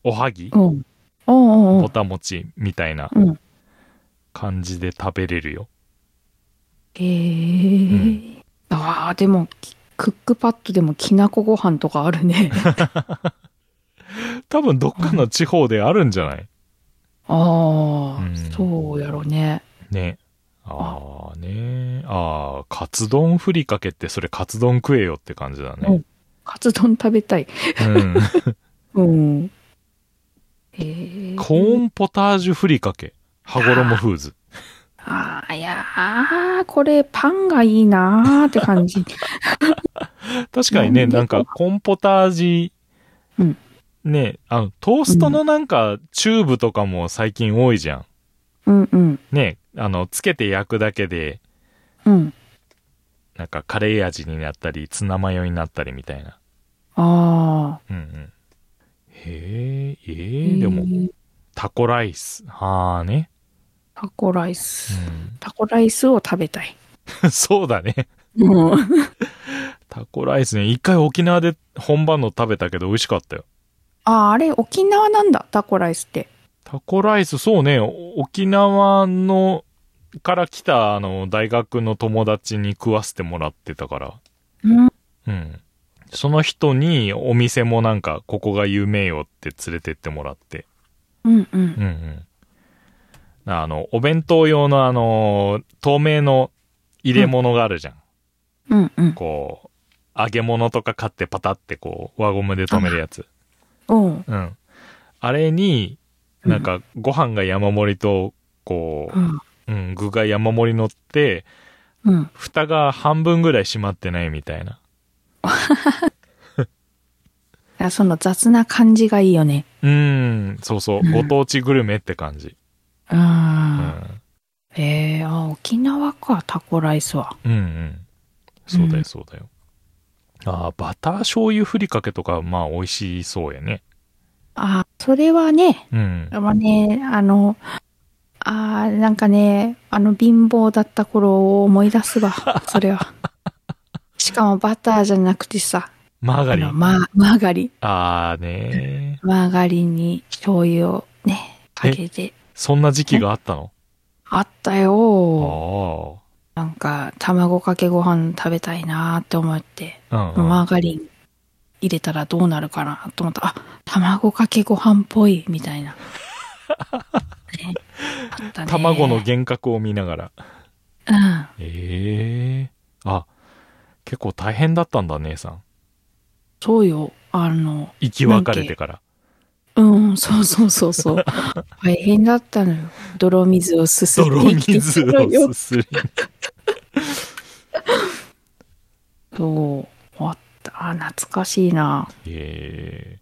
Speaker 1: おはぎ
Speaker 2: うん。おうおうお
Speaker 1: ぼ
Speaker 2: う。
Speaker 1: たもちみたいな
Speaker 2: うん。
Speaker 1: 感じで食べれるよ。
Speaker 2: えー
Speaker 1: うん
Speaker 2: ああ、でも、きクックパッドでもきなこご飯とかある
Speaker 1: [LAUGHS]
Speaker 2: ね。
Speaker 1: 多分どっかの地方であるんじゃない
Speaker 2: ああ、
Speaker 1: うん
Speaker 2: そうやろね。
Speaker 1: ね。ああねああ、カツ丼ふりかけってそれカツ丼食えよって感じだね。
Speaker 2: カツ丼食べたい。
Speaker 1: うん。
Speaker 2: うん。えー、
Speaker 1: コーンポタージュふりかけ。羽衣フーズ。
Speaker 2: ああ、いやー、これパンがいいなーって感じ。 [LAUGHS]
Speaker 1: 確かにね、
Speaker 2: なんで
Speaker 1: なんかコーンポタージュ、
Speaker 2: うん
Speaker 1: ね、あの、トーストのなんかチューブとかも最近多いじゃん。
Speaker 2: うんうん。
Speaker 1: ね、あの、つけて焼くだけで、
Speaker 2: うん。
Speaker 1: なんかカレー味になったり、ツナマヨになったりみたいな。
Speaker 2: ああ。
Speaker 1: うんうん。へえ、え
Speaker 2: え
Speaker 1: ー、でも、。タコライス。はあね。
Speaker 2: タコライス。
Speaker 1: う
Speaker 2: タコライスを食べたい。
Speaker 1: ん、 [LAUGHS] そうだね。
Speaker 2: うん。
Speaker 1: タコライスね。一回沖縄で本場の食べたけど美味しかったよ。
Speaker 2: [LAUGHS] ああ、あれ、沖縄なんだ、タコライスって。
Speaker 1: タコライス、そうね、お沖縄の、から来た、あの、大学の友達に食わせてもらってたから。
Speaker 2: うん。
Speaker 1: うん。その人に、お店もなんか、ここが有名よって連れてってもらって。
Speaker 2: うんう。
Speaker 1: うんんうん。あの、お弁当用のあの、透明の入れ物があるじゃん。
Speaker 2: うんうん。
Speaker 1: こう、揚げ物とか買ってパタってこう、輪ゴムで止めるやつ。
Speaker 2: うん。
Speaker 1: うん。あれに、なんか、ご飯が山盛りと、こう
Speaker 2: う、ん。
Speaker 1: うん、具が山盛り乗って、
Speaker 2: うん。
Speaker 1: 蓋が半分ぐらい閉まってないみたいな。
Speaker 2: あその雑な感じがいいよね。
Speaker 1: うーん、そうそうう、
Speaker 2: ん
Speaker 1: ご当地グルメって感じ。
Speaker 2: う。
Speaker 1: うんん、
Speaker 2: えー、あ、沖縄か、タコライスは。
Speaker 1: うん、うん。そうだ
Speaker 2: う
Speaker 1: よ、
Speaker 2: ん
Speaker 1: そうだよ。ああ、バター醤油ふりかけとか、まあ、美味しそうやね。
Speaker 2: あ、それはね、
Speaker 1: うん。
Speaker 2: まあね、あの、あーなんかね、あの貧乏だった頃を思い出す
Speaker 1: [LAUGHS]
Speaker 2: わ、それは。しかもバターじゃなくてさ、
Speaker 1: マーガ
Speaker 2: あ
Speaker 1: リ
Speaker 2: の、
Speaker 1: ン。
Speaker 2: ま、マーガリン。
Speaker 1: ああね
Speaker 2: マーガリンに醤油をね、かけて。
Speaker 1: そんな時期があったの
Speaker 2: あったよ。
Speaker 1: あ
Speaker 2: なんか、卵かけご飯食べたいなーって思って、
Speaker 1: うんうん
Speaker 2: マーガリン入れたらどうなるかなと思ったら、あ、卵かけご飯っぽい、
Speaker 1: [LAUGHS]
Speaker 2: みたいな。ねあったね
Speaker 1: 卵の
Speaker 2: うん。
Speaker 1: 幻覚を見ながら。ええあ、結構大変だったんだ、姉さん。
Speaker 2: そうよ。あの、
Speaker 1: 生き別れてから。
Speaker 2: うん、 [LAUGHS] そうそうそうそう。大変だったのよ。泥水をすすって
Speaker 1: 泥
Speaker 2: 生きて
Speaker 1: 水
Speaker 2: たのよ
Speaker 1: をすすり。
Speaker 2: そう。あった。あ懐かしいな。
Speaker 1: [LAUGHS] え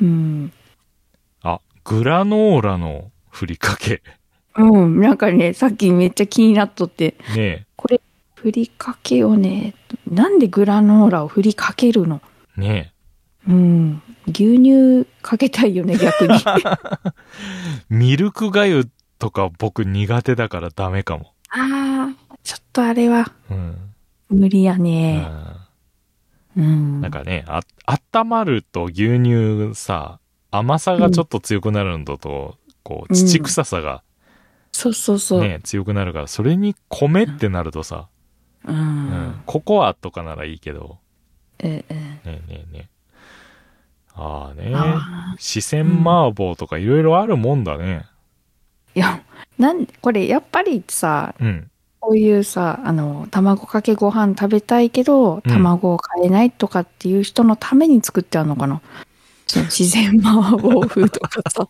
Speaker 1: え
Speaker 2: うん。
Speaker 1: あ、グラノーラのふりかけ。
Speaker 2: うん。なんかね、さっきめっちゃ気になっとって、
Speaker 1: [LAUGHS] ね
Speaker 2: これ、ふりかけをね、なんでグラノーラをふりかけるの
Speaker 1: え、ね
Speaker 2: うん。牛乳かけたいよね、逆 [LAUGHS] に。あ
Speaker 1: え。ミルクがゆとか僕苦手だからダメかも。
Speaker 2: あ、ちょっとあれは
Speaker 1: うん。
Speaker 2: 無理や
Speaker 1: う
Speaker 2: ね。
Speaker 1: ん
Speaker 2: うん。
Speaker 1: なんかね、あ、温まると牛乳さ、甘さがちょっと強くなるのと、こう、乳臭さが
Speaker 2: そうそうそう。
Speaker 1: ね、強くなるから、それに米ってなるとさ、
Speaker 2: う
Speaker 1: うん
Speaker 2: ん。
Speaker 1: ココアとかならいいけど、
Speaker 2: ええ。
Speaker 1: ねえねえねえ。ああね。
Speaker 2: ああ。
Speaker 1: 四川麻婆とかいろいろあるもんだね。
Speaker 2: いや、なん、これやっぱりさ、
Speaker 1: うん。
Speaker 2: こういうさ、あの、卵かけご飯食べたいけど、
Speaker 1: うん
Speaker 2: 卵を買えないとかっていう人のために作ってあるのかな。その自然麻婆風とかさ。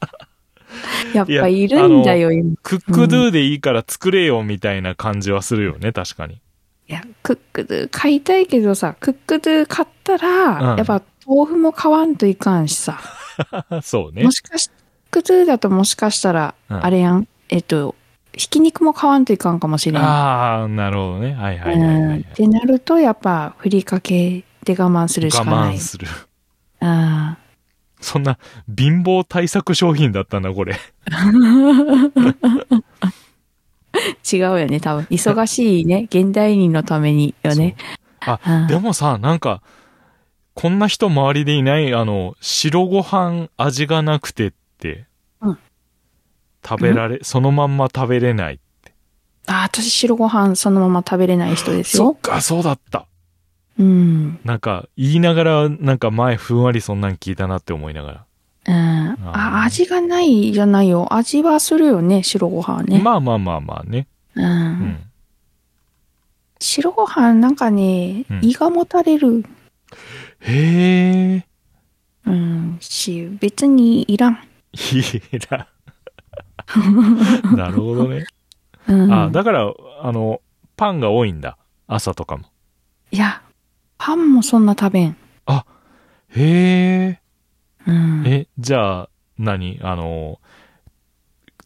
Speaker 1: [LAUGHS]
Speaker 2: やっぱいるんだよ、今。
Speaker 1: クックドゥでいいから作れよみたいな感じはするよね、確かに。
Speaker 2: いや、クックドゥ買いたいけどさ、クックドゥ買ったら、
Speaker 1: うん
Speaker 2: やっぱ豆腐も買わんといかんしさ。
Speaker 1: そうね
Speaker 2: も。しかし、クックドゥだともしかしたら、
Speaker 1: うん
Speaker 2: あれやん、えっと、ひき肉も買わんといかんかもしれん。
Speaker 1: ああ、なるほどね。はいはいはいはいは
Speaker 2: う
Speaker 1: い、
Speaker 2: ん。ってなると、やっぱ、ふりかけで我慢するしか
Speaker 1: 我
Speaker 2: ない
Speaker 1: 慢。する。
Speaker 2: あ
Speaker 1: そんな貧乏対策商品だったな、これ。
Speaker 2: 違うよね、多分。忙し
Speaker 1: [LAUGHS]
Speaker 2: いね、現代人のためによね。
Speaker 1: そう。あ、でもさ、なんか、こんな人周りでいない、あの、白ご飯味がなくてって、
Speaker 2: うん
Speaker 1: 食べられ、そのまんま食べれない。
Speaker 2: あ、私白ご飯そのまま食べれない人です
Speaker 1: そ
Speaker 2: よ
Speaker 1: っ。か、そうだった。
Speaker 2: うん。
Speaker 1: なんか、言いながら、なんか前ふんわりそんなん聞いたなって思いなが
Speaker 2: うん。あ、味がないじゃないよ。味はするよね、白ご飯
Speaker 1: ら。
Speaker 2: ね。
Speaker 1: まあまあまあまあね。う
Speaker 2: う。
Speaker 1: んん。
Speaker 2: 白ご飯なんかね
Speaker 1: うん、
Speaker 2: 胃がもたれる。
Speaker 1: へえ。
Speaker 2: うん。し、別にいらん。
Speaker 1: いい
Speaker 2: [LAUGHS]
Speaker 1: な。なるほどね。
Speaker 2: うん。
Speaker 1: あ、だから、あの、パンが多いんだ。朝とかも。
Speaker 2: いや、パンもそんな食べ
Speaker 1: へ
Speaker 2: ん。
Speaker 1: え。
Speaker 2: うん。
Speaker 1: え、じゃあ、何あの、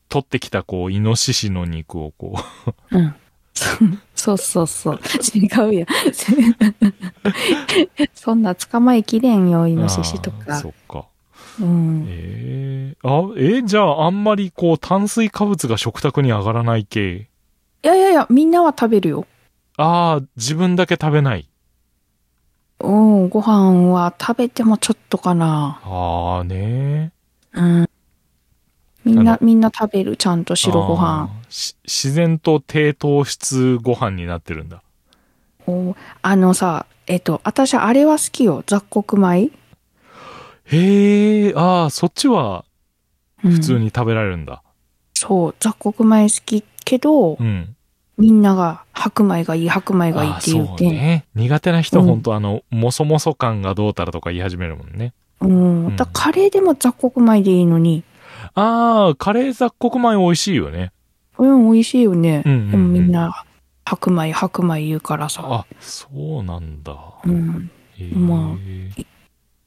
Speaker 1: 取ってきた、こう、イノシシの肉をこう、
Speaker 2: うん。そうそうそう。違うやん。そんな捕まえきれんよ、イノシシと
Speaker 1: あー
Speaker 2: か
Speaker 1: そ。っか。
Speaker 2: うん。
Speaker 1: ええあ、え、じゃあ、あんまりこう、炭水化物が食卓に上がらない系。
Speaker 2: いやいやいや、みんなは食べるよ。
Speaker 1: ああ、自分だけ食べない。
Speaker 2: うん、ご飯は食べてもちょっとかな。
Speaker 1: ああ、ね
Speaker 2: うん。みん
Speaker 1: あの
Speaker 2: な、みんな食べる、ちゃんと白ご
Speaker 1: あ
Speaker 2: 飯。
Speaker 1: ーし自然と低糖質ご飯になってるんだ。
Speaker 2: おあのさ、えっと、私あれは好きよ。雑穀米。
Speaker 1: へえ、ああ、そっちは
Speaker 2: うん
Speaker 1: 普通に食べられるんだ。
Speaker 2: そう、雑穀米好きけど、
Speaker 1: うん
Speaker 2: みんなが白米がいい、白米がいい
Speaker 1: あ
Speaker 2: って言
Speaker 1: ー
Speaker 2: っ
Speaker 1: そう
Speaker 2: て。
Speaker 1: ね。苦手な人、
Speaker 2: うん
Speaker 1: ほんとあの、もそもそ感がどうたらとか言い始めるもんね。
Speaker 2: うん。
Speaker 1: うん
Speaker 2: だカレーでも雑穀米でいいのに。
Speaker 1: ああ、カレー雑穀米美味しいよね。
Speaker 2: うん、美味しいよね。
Speaker 1: うんうんうん
Speaker 2: でもみんな、白米、白米言うからさ。
Speaker 1: あ、そうなんだ。
Speaker 2: うん。
Speaker 1: へえ
Speaker 2: ま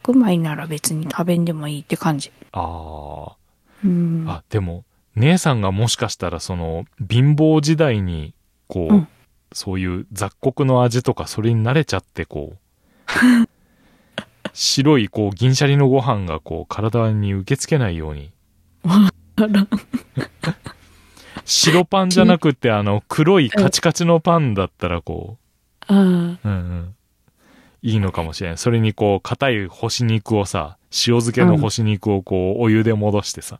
Speaker 2: 白米なら別に食べんでもいいって感じ。
Speaker 1: あ
Speaker 2: う
Speaker 1: ー
Speaker 2: ん。
Speaker 1: あ、でも、姉さんがもしかしたらその、貧乏時代に、こう、
Speaker 2: うん
Speaker 1: そういう雑穀の味とか、それに慣れちゃって、こう、
Speaker 2: [LAUGHS]
Speaker 1: 白い、こう、銀シャリのご飯が、こう、体に受け付けないように。白パンじゃなくて、あの、黒いカチカチのパンだったら、こ
Speaker 2: うん。
Speaker 1: う、うんうん。いいのかもしれない。それに、こう、硬い干し肉をさ、塩
Speaker 2: [LAUGHS]
Speaker 1: 漬けの干し肉を、こう、お湯で戻してさ。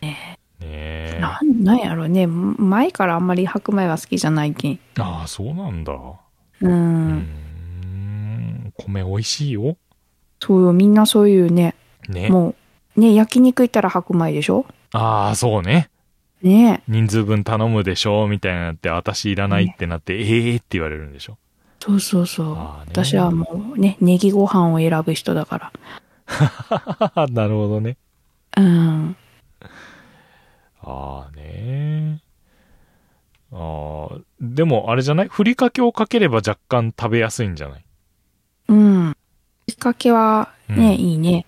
Speaker 1: ねえ。
Speaker 2: な
Speaker 1: あ
Speaker 2: んなんやろね。前からあんまり白米は好きじゃないきん。
Speaker 1: あ、そうなんだ。
Speaker 2: う。
Speaker 1: うんん。米美味しいよ。
Speaker 2: そうよ、みんなそういうね。
Speaker 1: ね。
Speaker 2: もう、ね、焼肉行ったら白米でしょ
Speaker 1: ああ、そうね。
Speaker 2: ねえ
Speaker 1: 人数分頼むでしょみたいになって、私いらないってなって、ええーって言われるんでしょ。
Speaker 2: そうそうそう。
Speaker 1: あーね
Speaker 2: 私はもうね、ネギご飯を選ぶ人だか
Speaker 1: [LAUGHS] なるほどね。
Speaker 2: ら。うん。
Speaker 1: ああねああ、でもあれじゃないふりかけをかければ若干食べやすいんじゃない
Speaker 2: うん。きっかけはね、
Speaker 1: うん
Speaker 2: いいね。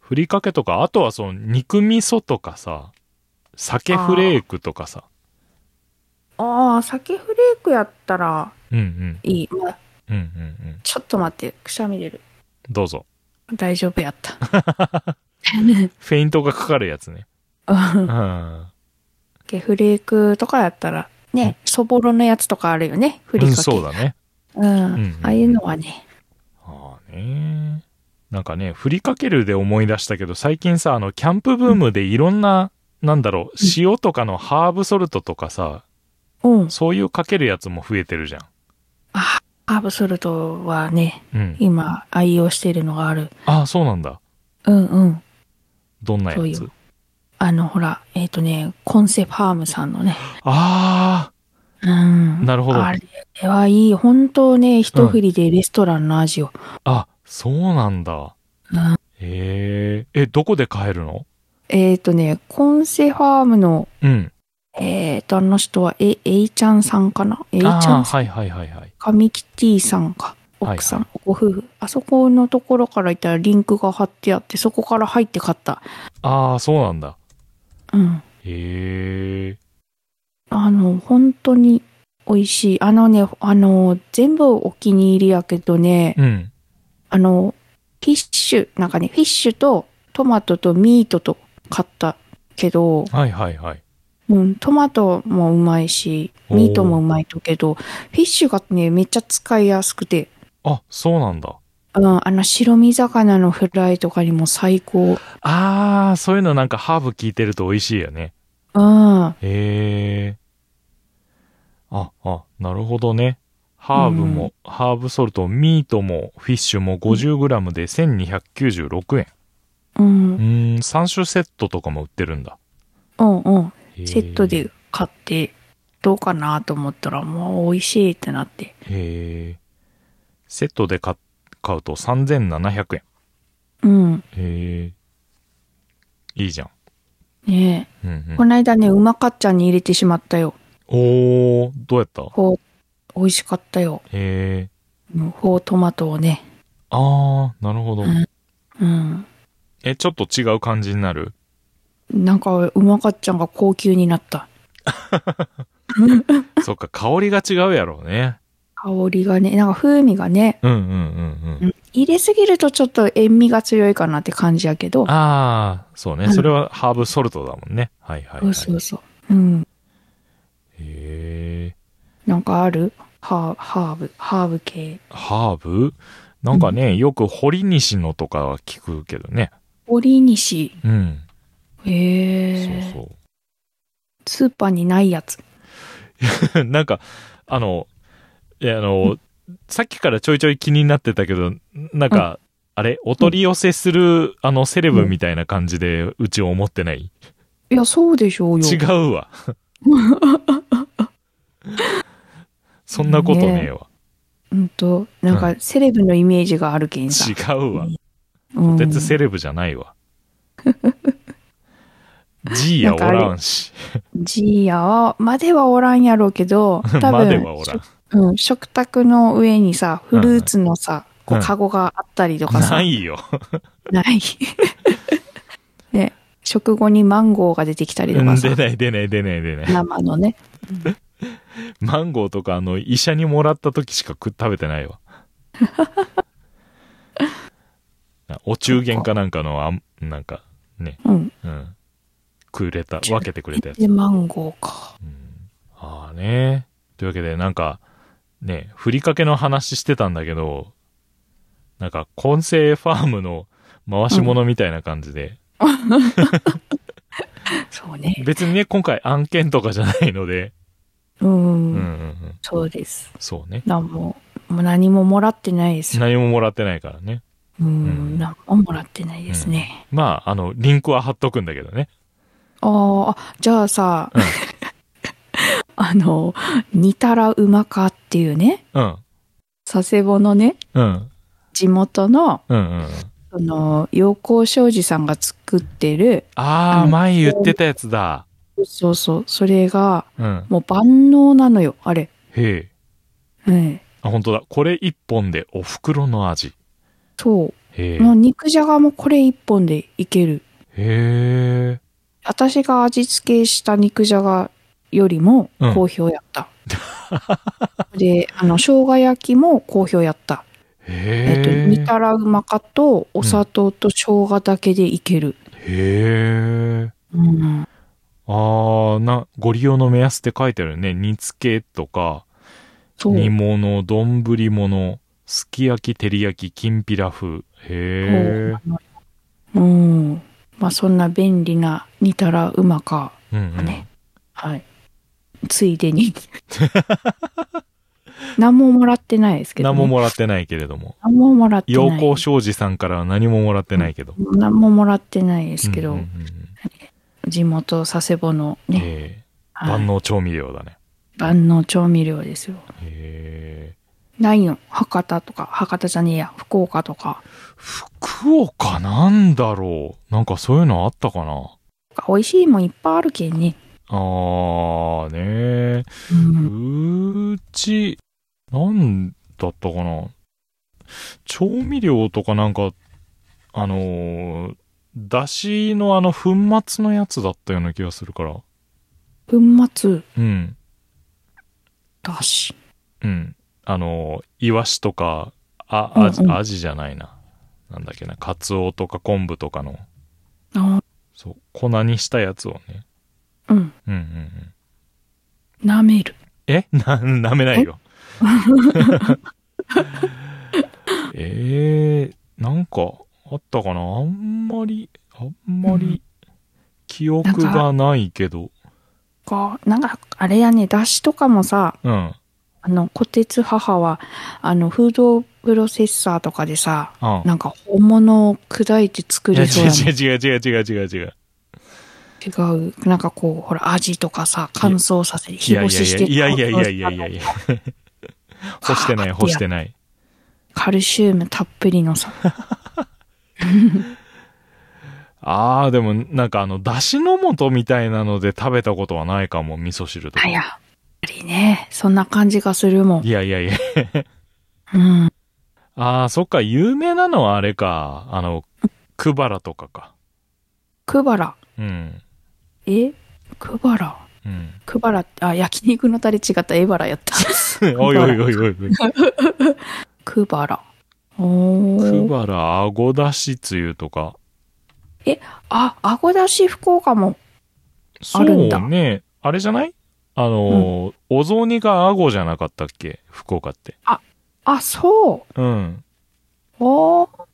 Speaker 1: ふりかけとか、あとはその肉味噌とかさ、酒フレークとかさ。
Speaker 2: ああ、酒フレークやったら
Speaker 1: うんうん。
Speaker 2: いい。まあ、
Speaker 1: うんうんうん。
Speaker 2: ちょっと待って、くしゃみ出る。
Speaker 1: どうぞ。
Speaker 2: 大丈夫や
Speaker 1: [LAUGHS]
Speaker 2: った。
Speaker 1: フェイントがかかるやつね。
Speaker 2: うん
Speaker 1: うん。あ
Speaker 2: 酒フレークとかやったら、ね、そぼろのやつとかあるよね、ふりかけ。
Speaker 1: そうだね。
Speaker 2: うん。
Speaker 1: うん
Speaker 2: ああいうのはね。
Speaker 1: ああねなんかね、ふりかけるで思い出したけど、最近さ、あの、キャンプブームでいろんな、なんだろう、塩とかのハーブソルトとかさ、
Speaker 2: うん。
Speaker 1: そういうかけるやつも増えてるじゃん。
Speaker 2: あ、ハーブソルトはね、
Speaker 1: うん。
Speaker 2: 今愛用しているのがある。
Speaker 1: ああ、そうなんだ。
Speaker 2: うんうん。
Speaker 1: どんなや
Speaker 2: そ
Speaker 1: つ
Speaker 2: うあの、ほら、えっ、とね、コンセファームさんのね。
Speaker 1: あ
Speaker 2: うん。
Speaker 1: なるほど
Speaker 2: あれはいい。本当ね、一振りでレストランの味を。
Speaker 1: あ、あ、そうなんだ。
Speaker 2: うん
Speaker 1: へえ。え、どこで買えるの
Speaker 2: えっ、とね、コンセファームの、
Speaker 1: うん。
Speaker 2: えっ、と、あの人は、え、えいちゃんさんかなえいちゃん
Speaker 1: ああ、は
Speaker 2: さん
Speaker 1: いはいはいはい。
Speaker 2: か、ミキティさんか。
Speaker 1: はい
Speaker 2: 奥さん、ご夫婦。あそこのところから行ったらリンクが貼ってあって、そこから入って買った。
Speaker 1: ああ、そうなんだ。
Speaker 2: うん。
Speaker 1: へえ。
Speaker 2: あの、本当に美味しい。あのね、あの、全部お気に入りやけどね、
Speaker 1: うん。
Speaker 2: あの、フィッシュ、なんかね、フィッシュとトマトとミートと買ったけど、
Speaker 1: はいはいはい。
Speaker 2: うん、トマトもうまいし、
Speaker 1: おー
Speaker 2: ミートもうまいとけど、フィッシュがね、めっちゃ使いやすくて、
Speaker 1: あ、そうなんだ。
Speaker 2: うん、あの、白身魚のフライとかにも最高。
Speaker 1: ああ、そういうのなんかハーブ効いてると美味しいよね。
Speaker 2: うん、
Speaker 1: へえ。あ、あ、なるほどね。ハーブも、ハーブソルト、ミートも、フィッシュも 50g で1296円。
Speaker 2: うん、
Speaker 1: うーん、3種セットとかも売ってるんだ。
Speaker 2: うん、うん。
Speaker 1: へー
Speaker 2: セット。で買って、どうかなと思ったら、もう美味しいってなって。
Speaker 1: へえ。セットで買買うと3700円。
Speaker 2: うん。
Speaker 1: へえ。いいじゃん。
Speaker 2: ねえ。
Speaker 1: うんう
Speaker 2: こ
Speaker 1: ん、
Speaker 2: の間ね、うまかっちゃんに入れてしまったよ。
Speaker 1: おー、どうやった
Speaker 2: こう、美味しかったよ。
Speaker 1: へえ。
Speaker 2: うんほうトマトをね。
Speaker 1: あー、なるほど。
Speaker 2: うんうん。
Speaker 1: え、ちょっと違う感じになる
Speaker 2: なんか、うまかっちゃんが高級になった。
Speaker 1: そっか、香りが違うやろうね。
Speaker 2: 香りがね、なんか風味がね、
Speaker 1: うんうんうんうん。
Speaker 2: 入れすぎるとちょっと塩味が強いかなって感じやけど、
Speaker 1: ああ、そう
Speaker 2: う
Speaker 1: ね。
Speaker 2: ん
Speaker 1: それはハーブソルトだもんね。はいはい、
Speaker 2: そ
Speaker 1: は
Speaker 2: う
Speaker 1: い。
Speaker 2: そうそう。うん。
Speaker 1: へえ。
Speaker 2: なんかあるハーハーブ、ハーブ系。
Speaker 1: ハーブなんかね、よく堀西のとかは聞くけどね。
Speaker 2: 堀西。
Speaker 1: うん。
Speaker 2: へ
Speaker 1: そう
Speaker 2: え。
Speaker 1: そ
Speaker 2: スーパーにないやつ。
Speaker 1: う。 [LAUGHS] なんか、あの、いやあの、さっきからちょいちょい気になってたけど、なんか、あれお取り寄せする、あの、セレブみたいな感じで、うちを思ってない、
Speaker 2: いや、そうでしょうよ。
Speaker 1: 違うわ。そんなことねえわ。
Speaker 2: うんと、なんかセレブのイメージがあるけんさ。
Speaker 1: 違うわ。
Speaker 2: うん
Speaker 1: 別セレブじゃないわ。G やおらんし。
Speaker 2: ジーヤは、まではおらんやろう
Speaker 1: [LAUGHS]
Speaker 2: けど、多分、
Speaker 1: まではおらん。
Speaker 2: うん、食卓の上にさ、フルーツのさ、こう、
Speaker 1: うん
Speaker 2: カゴがあったりとかさ、
Speaker 1: ないよ。 [LAUGHS]
Speaker 2: ない。ね、食後にマンゴーが出てきたりと
Speaker 1: 出な
Speaker 2: か
Speaker 1: い
Speaker 2: さ、
Speaker 1: 出ない出ない出ない。
Speaker 2: 生のね。
Speaker 1: マンゴーとかあの医者にもらった時しか食食べてない [LAUGHS] わ。なお中元かなんかのあんなんかね、
Speaker 2: うん。
Speaker 1: うん、くれた分けてくれたやつ。
Speaker 2: で、マンゴーか。
Speaker 1: ああね。というわけで、なんか、ね、ふりかけの話してたんだけど、なんか、根性ファームの回し物みたいな感じで、
Speaker 2: そうね。
Speaker 1: 別にね、今回案件とかじゃないので、
Speaker 2: うん。
Speaker 1: うんうんうん。
Speaker 2: そうです。
Speaker 1: そうね。
Speaker 2: なんも、もう何ももらってないです。
Speaker 1: 何ももらってないからね。
Speaker 2: うん。何ももらってないですね。
Speaker 1: まあ、あの、リンクは貼っとくんだけどね。
Speaker 2: ああ、じゃあさ、
Speaker 1: うん
Speaker 2: [LAUGHS] あの、煮たらうまかっていうね、
Speaker 1: うん。
Speaker 2: 佐世保のね、
Speaker 1: うん。
Speaker 2: 地元の、
Speaker 1: うんうんうん。
Speaker 2: その、陽光商事さんが作ってる、
Speaker 1: あ
Speaker 2: あ
Speaker 1: ー、
Speaker 2: の
Speaker 1: 前言ってたやつだ。
Speaker 2: そうそう、それが、
Speaker 1: うん。
Speaker 2: もう万能なのよ、あれ。
Speaker 1: へえ。
Speaker 2: うん。
Speaker 1: あ、本当だ。これ一本でお袋の味。
Speaker 2: そ
Speaker 1: へえ
Speaker 2: う。。もう肉じゃがもこれ一本でいける。
Speaker 1: へえ。
Speaker 2: 私が味付けした肉じゃがよりも
Speaker 1: うん
Speaker 2: 好評やった。で、あの、生姜焼きも好評やった。えっ、
Speaker 1: へ
Speaker 2: と、
Speaker 1: え
Speaker 2: 煮。たらうまかと、お砂糖と生姜だけでいける。
Speaker 1: へえ。
Speaker 2: うん。
Speaker 1: あー、な、ご利用の目安って書いてあるね。煮付けとか、
Speaker 2: そう。
Speaker 1: 煮物、丼物、すき焼き、照り焼き、きんぴら風。へ
Speaker 2: うん。まあ、そんな便利な煮たらうまか。
Speaker 1: え。うんうん。
Speaker 2: ねはい。ついでに。 [LAUGHS] 何ももらってないですけど、
Speaker 1: 何
Speaker 2: ね。
Speaker 1: ももらってないけれども。
Speaker 2: 何ももらってない。
Speaker 1: 陽光商事さんからは何ももらってないけど。
Speaker 2: 何ももらってないですけど、
Speaker 1: うんうんうん
Speaker 2: 地元佐世保のね、
Speaker 1: ええ
Speaker 2: はい
Speaker 1: 万能調味料だね。
Speaker 2: 万能調味料ですよ。
Speaker 1: へえ。
Speaker 2: ないよ。博多とか、博多じゃねえや、福岡とか。
Speaker 1: 福岡なんだろうなんかそういうのあったかな
Speaker 2: 美味しいもんいっぱいあるけんね。
Speaker 1: あーね
Speaker 2: う
Speaker 1: ー
Speaker 2: ん。
Speaker 1: うち、なんだったかな調味料とかなんか、あのー、だしのあの粉末のやつだったような気がするから。
Speaker 2: 粉末
Speaker 1: うん。
Speaker 2: だし。
Speaker 1: うん。あの、イワシとか、あ、
Speaker 2: うんうん
Speaker 1: アジ、アジじゃないな。なんだっけな、カツオとか昆布とかの、
Speaker 2: あ
Speaker 1: そう、粉にしたやつをね。
Speaker 2: うん。
Speaker 1: うんうんうん。
Speaker 2: 舐める。
Speaker 1: え [LAUGHS] な、舐めない
Speaker 2: [LAUGHS]
Speaker 1: よ。えー、なんか、あったかなあんまり、あんま
Speaker 2: う
Speaker 1: り、記憶がないけど。
Speaker 2: か、なんか、あれやね、だしとかもさ、
Speaker 1: うん。
Speaker 2: あの、小鉄母は、あの、フードプロセッサーとかでさ、
Speaker 1: あ
Speaker 2: なんか本物を砕いて作
Speaker 1: いや
Speaker 2: れそうやね。
Speaker 1: 違う違う違う違う違う違う。
Speaker 2: 違う。なんかこう、ほら、味とかさ、乾燥させて、
Speaker 1: い
Speaker 2: 日
Speaker 1: や
Speaker 2: 干しして
Speaker 1: いやいやいやいやいやいやいやいや。干してない、干してない。
Speaker 2: カルシウムたっぷりのさ。
Speaker 1: ああ、でもなんかあの、だしの素みたいなので食べたことはないかも、味噌汁とか。
Speaker 2: あやっぱりね、そんな感じがするもん。
Speaker 1: いやいやいや。
Speaker 2: うん。
Speaker 1: ああ、そっか、有名なのはあれか。あの、クバラとかか。
Speaker 2: クバラ。
Speaker 1: うん。
Speaker 2: えクバラ。
Speaker 1: うん。
Speaker 2: クバラって、あ、焼肉のタレ違った、エバラやった。 [LAUGHS]
Speaker 1: おいおいおいおいおい。
Speaker 2: クバラ。お
Speaker 1: ク
Speaker 2: ー。
Speaker 1: バラ、あごだしつゆとか。
Speaker 2: あ、あごだし福岡も。
Speaker 1: そ
Speaker 2: あるんだ
Speaker 1: うね。あれじゃないあのー、お雑煮があごじゃなかったっけ福岡って。
Speaker 2: あ、そ
Speaker 1: うん。
Speaker 2: う。おー。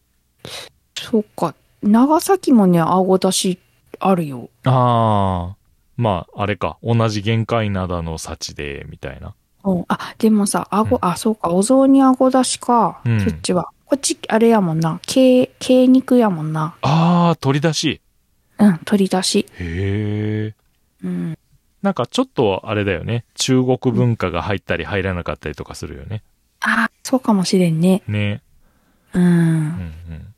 Speaker 2: そっか。長崎もね、あごだしあるよ。
Speaker 1: ああ。まあ、あれか。同じ玄界灘の幸で、みたいな。
Speaker 2: うん。あ、でもさ、あご、
Speaker 1: うん
Speaker 2: あ、そうか、お雑煮あごだしか。
Speaker 1: うん
Speaker 2: そっちは。こっち、あれやもんな。軽、軽肉やもんな。
Speaker 1: ああ、取り出し。
Speaker 2: うん、鶏だし。
Speaker 1: へえ。
Speaker 2: うん。
Speaker 1: なんかちょっとあれだよね。中国文化が入ったり入らなかったりとかするよね。
Speaker 2: ああ、そうかもしれんね。
Speaker 1: ね。
Speaker 2: う
Speaker 1: うんう
Speaker 2: ん。
Speaker 1: ん。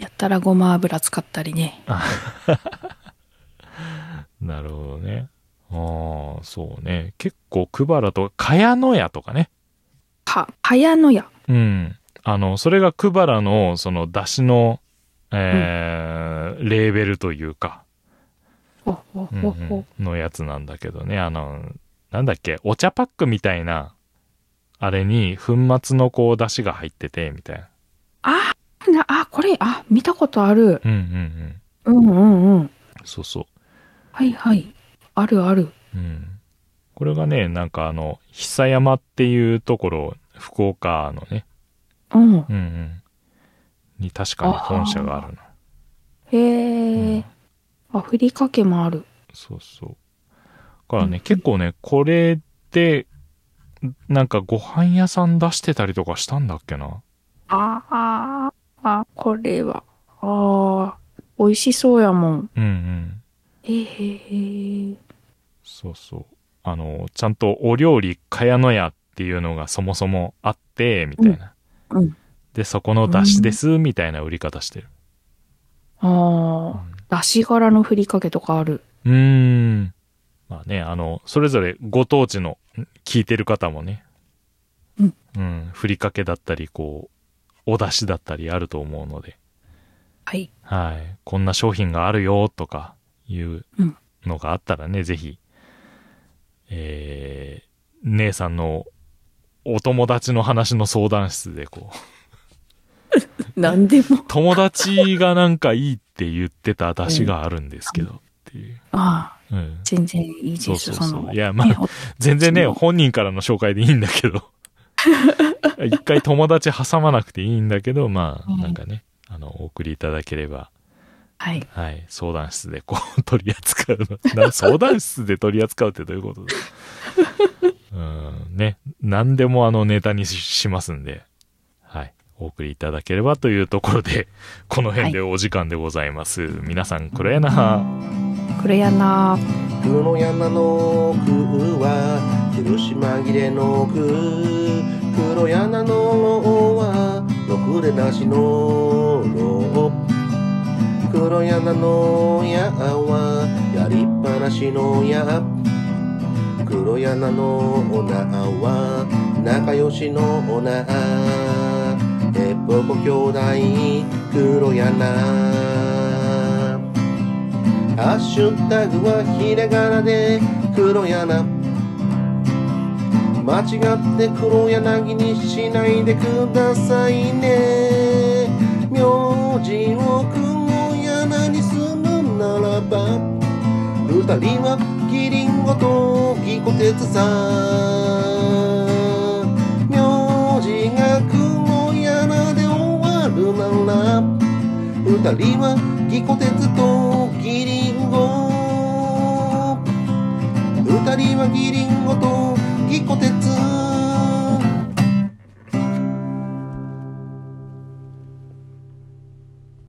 Speaker 2: やったらごま油使ったりね。
Speaker 1: なるほどね。ああ、そうね。結構、クバラと、かやのやとかね。
Speaker 2: か、かやのや。
Speaker 1: うん。あの、それがクバラの、その、出汁の、えーレーベルというか、
Speaker 2: ほほ
Speaker 1: うん
Speaker 2: ほ
Speaker 1: う
Speaker 2: ほ
Speaker 1: ん。のやつなんだけどね。あの、なんだっけ、お茶パックみたいな、あれに、粉末のこう、出汁が入ってて、みたいな。
Speaker 2: あーな、あ、これ、あ、見たことある。
Speaker 1: うんうんうん。
Speaker 2: うんうんうん。
Speaker 1: そうそう。
Speaker 2: はいはい。あるある。
Speaker 1: うん。これがね、なんかあの、久山っていうところ、福岡のね、
Speaker 2: うん。
Speaker 1: うんうん。に確かに本社があるな。
Speaker 2: へえ、
Speaker 1: うん
Speaker 2: あ、ふりかけもある。
Speaker 1: そうそう。だからね、結構ね、これで、なんかご飯屋さん出してたりとかしたんだっけな。
Speaker 2: ああ、あ、これは。ああ、美味しそうやもん。
Speaker 1: うんうん。
Speaker 2: えへへ。
Speaker 1: そうそう。あの、ちゃんとお料理かやのやっていうのがそもそもあって、みたいな。
Speaker 2: うんうん
Speaker 1: で、そこの出汁です、みたいな売り方してる。
Speaker 2: ああ、だし柄のふりかけとかある。
Speaker 1: うーん。まあね、あの、それぞれご当地のん聞いてる方もね、
Speaker 2: うん。
Speaker 1: ふりかけだったり、こう、お出汁だったりあると思うので、
Speaker 2: はい。
Speaker 1: はい。こんな商品があるよ、とか、いう
Speaker 2: うん
Speaker 1: のがあったらね、ぜひ、えー、姉さんのお友達の話の相談室で、こう、 [LAUGHS]
Speaker 2: なんでも。
Speaker 1: 友達がなんかいいって言ってた出汁があるんですけど、っていう。
Speaker 2: ああ、
Speaker 1: うん。
Speaker 2: 全然いいです。
Speaker 1: そうそうそう
Speaker 2: の
Speaker 1: いやまあ
Speaker 2: ねお
Speaker 1: 全然ね、
Speaker 2: そう
Speaker 1: 本人からの紹介でいいんだ [LAUGHS] けど。一回友達挟まなくていいんだけど、まあ、
Speaker 2: うん
Speaker 1: なんかね、あの、お送りいただければ、
Speaker 2: はい。
Speaker 1: はい、相談室でこう取り扱うの。 [LAUGHS] な相談室で取り扱うってどういうこと [LAUGHS] だうん、ね、何でもあのネタにししますんで、はい、お送りいただければというところで、この辺でお時間でございます。皆さん、黒柳さん、
Speaker 2: 黒柳。
Speaker 3: 黒山の「く」は苦し紛れの「く」黒柳の「お」はろくでなしの「ろ」黒柳の「や」はやりっぱなしの「や」黒柳の「おな」は仲良しの「おな」えっぽこ兄弟黒柳ハッシュタグはひらがなで黒柳間違って黒柳にしないでくださいね名字を黒柳にするならば二人はキリンゴとギコテツさん名字が黒柳で終わるなら二人はギコ鉄とギリンゴ二人はギリンゴとギコ鉄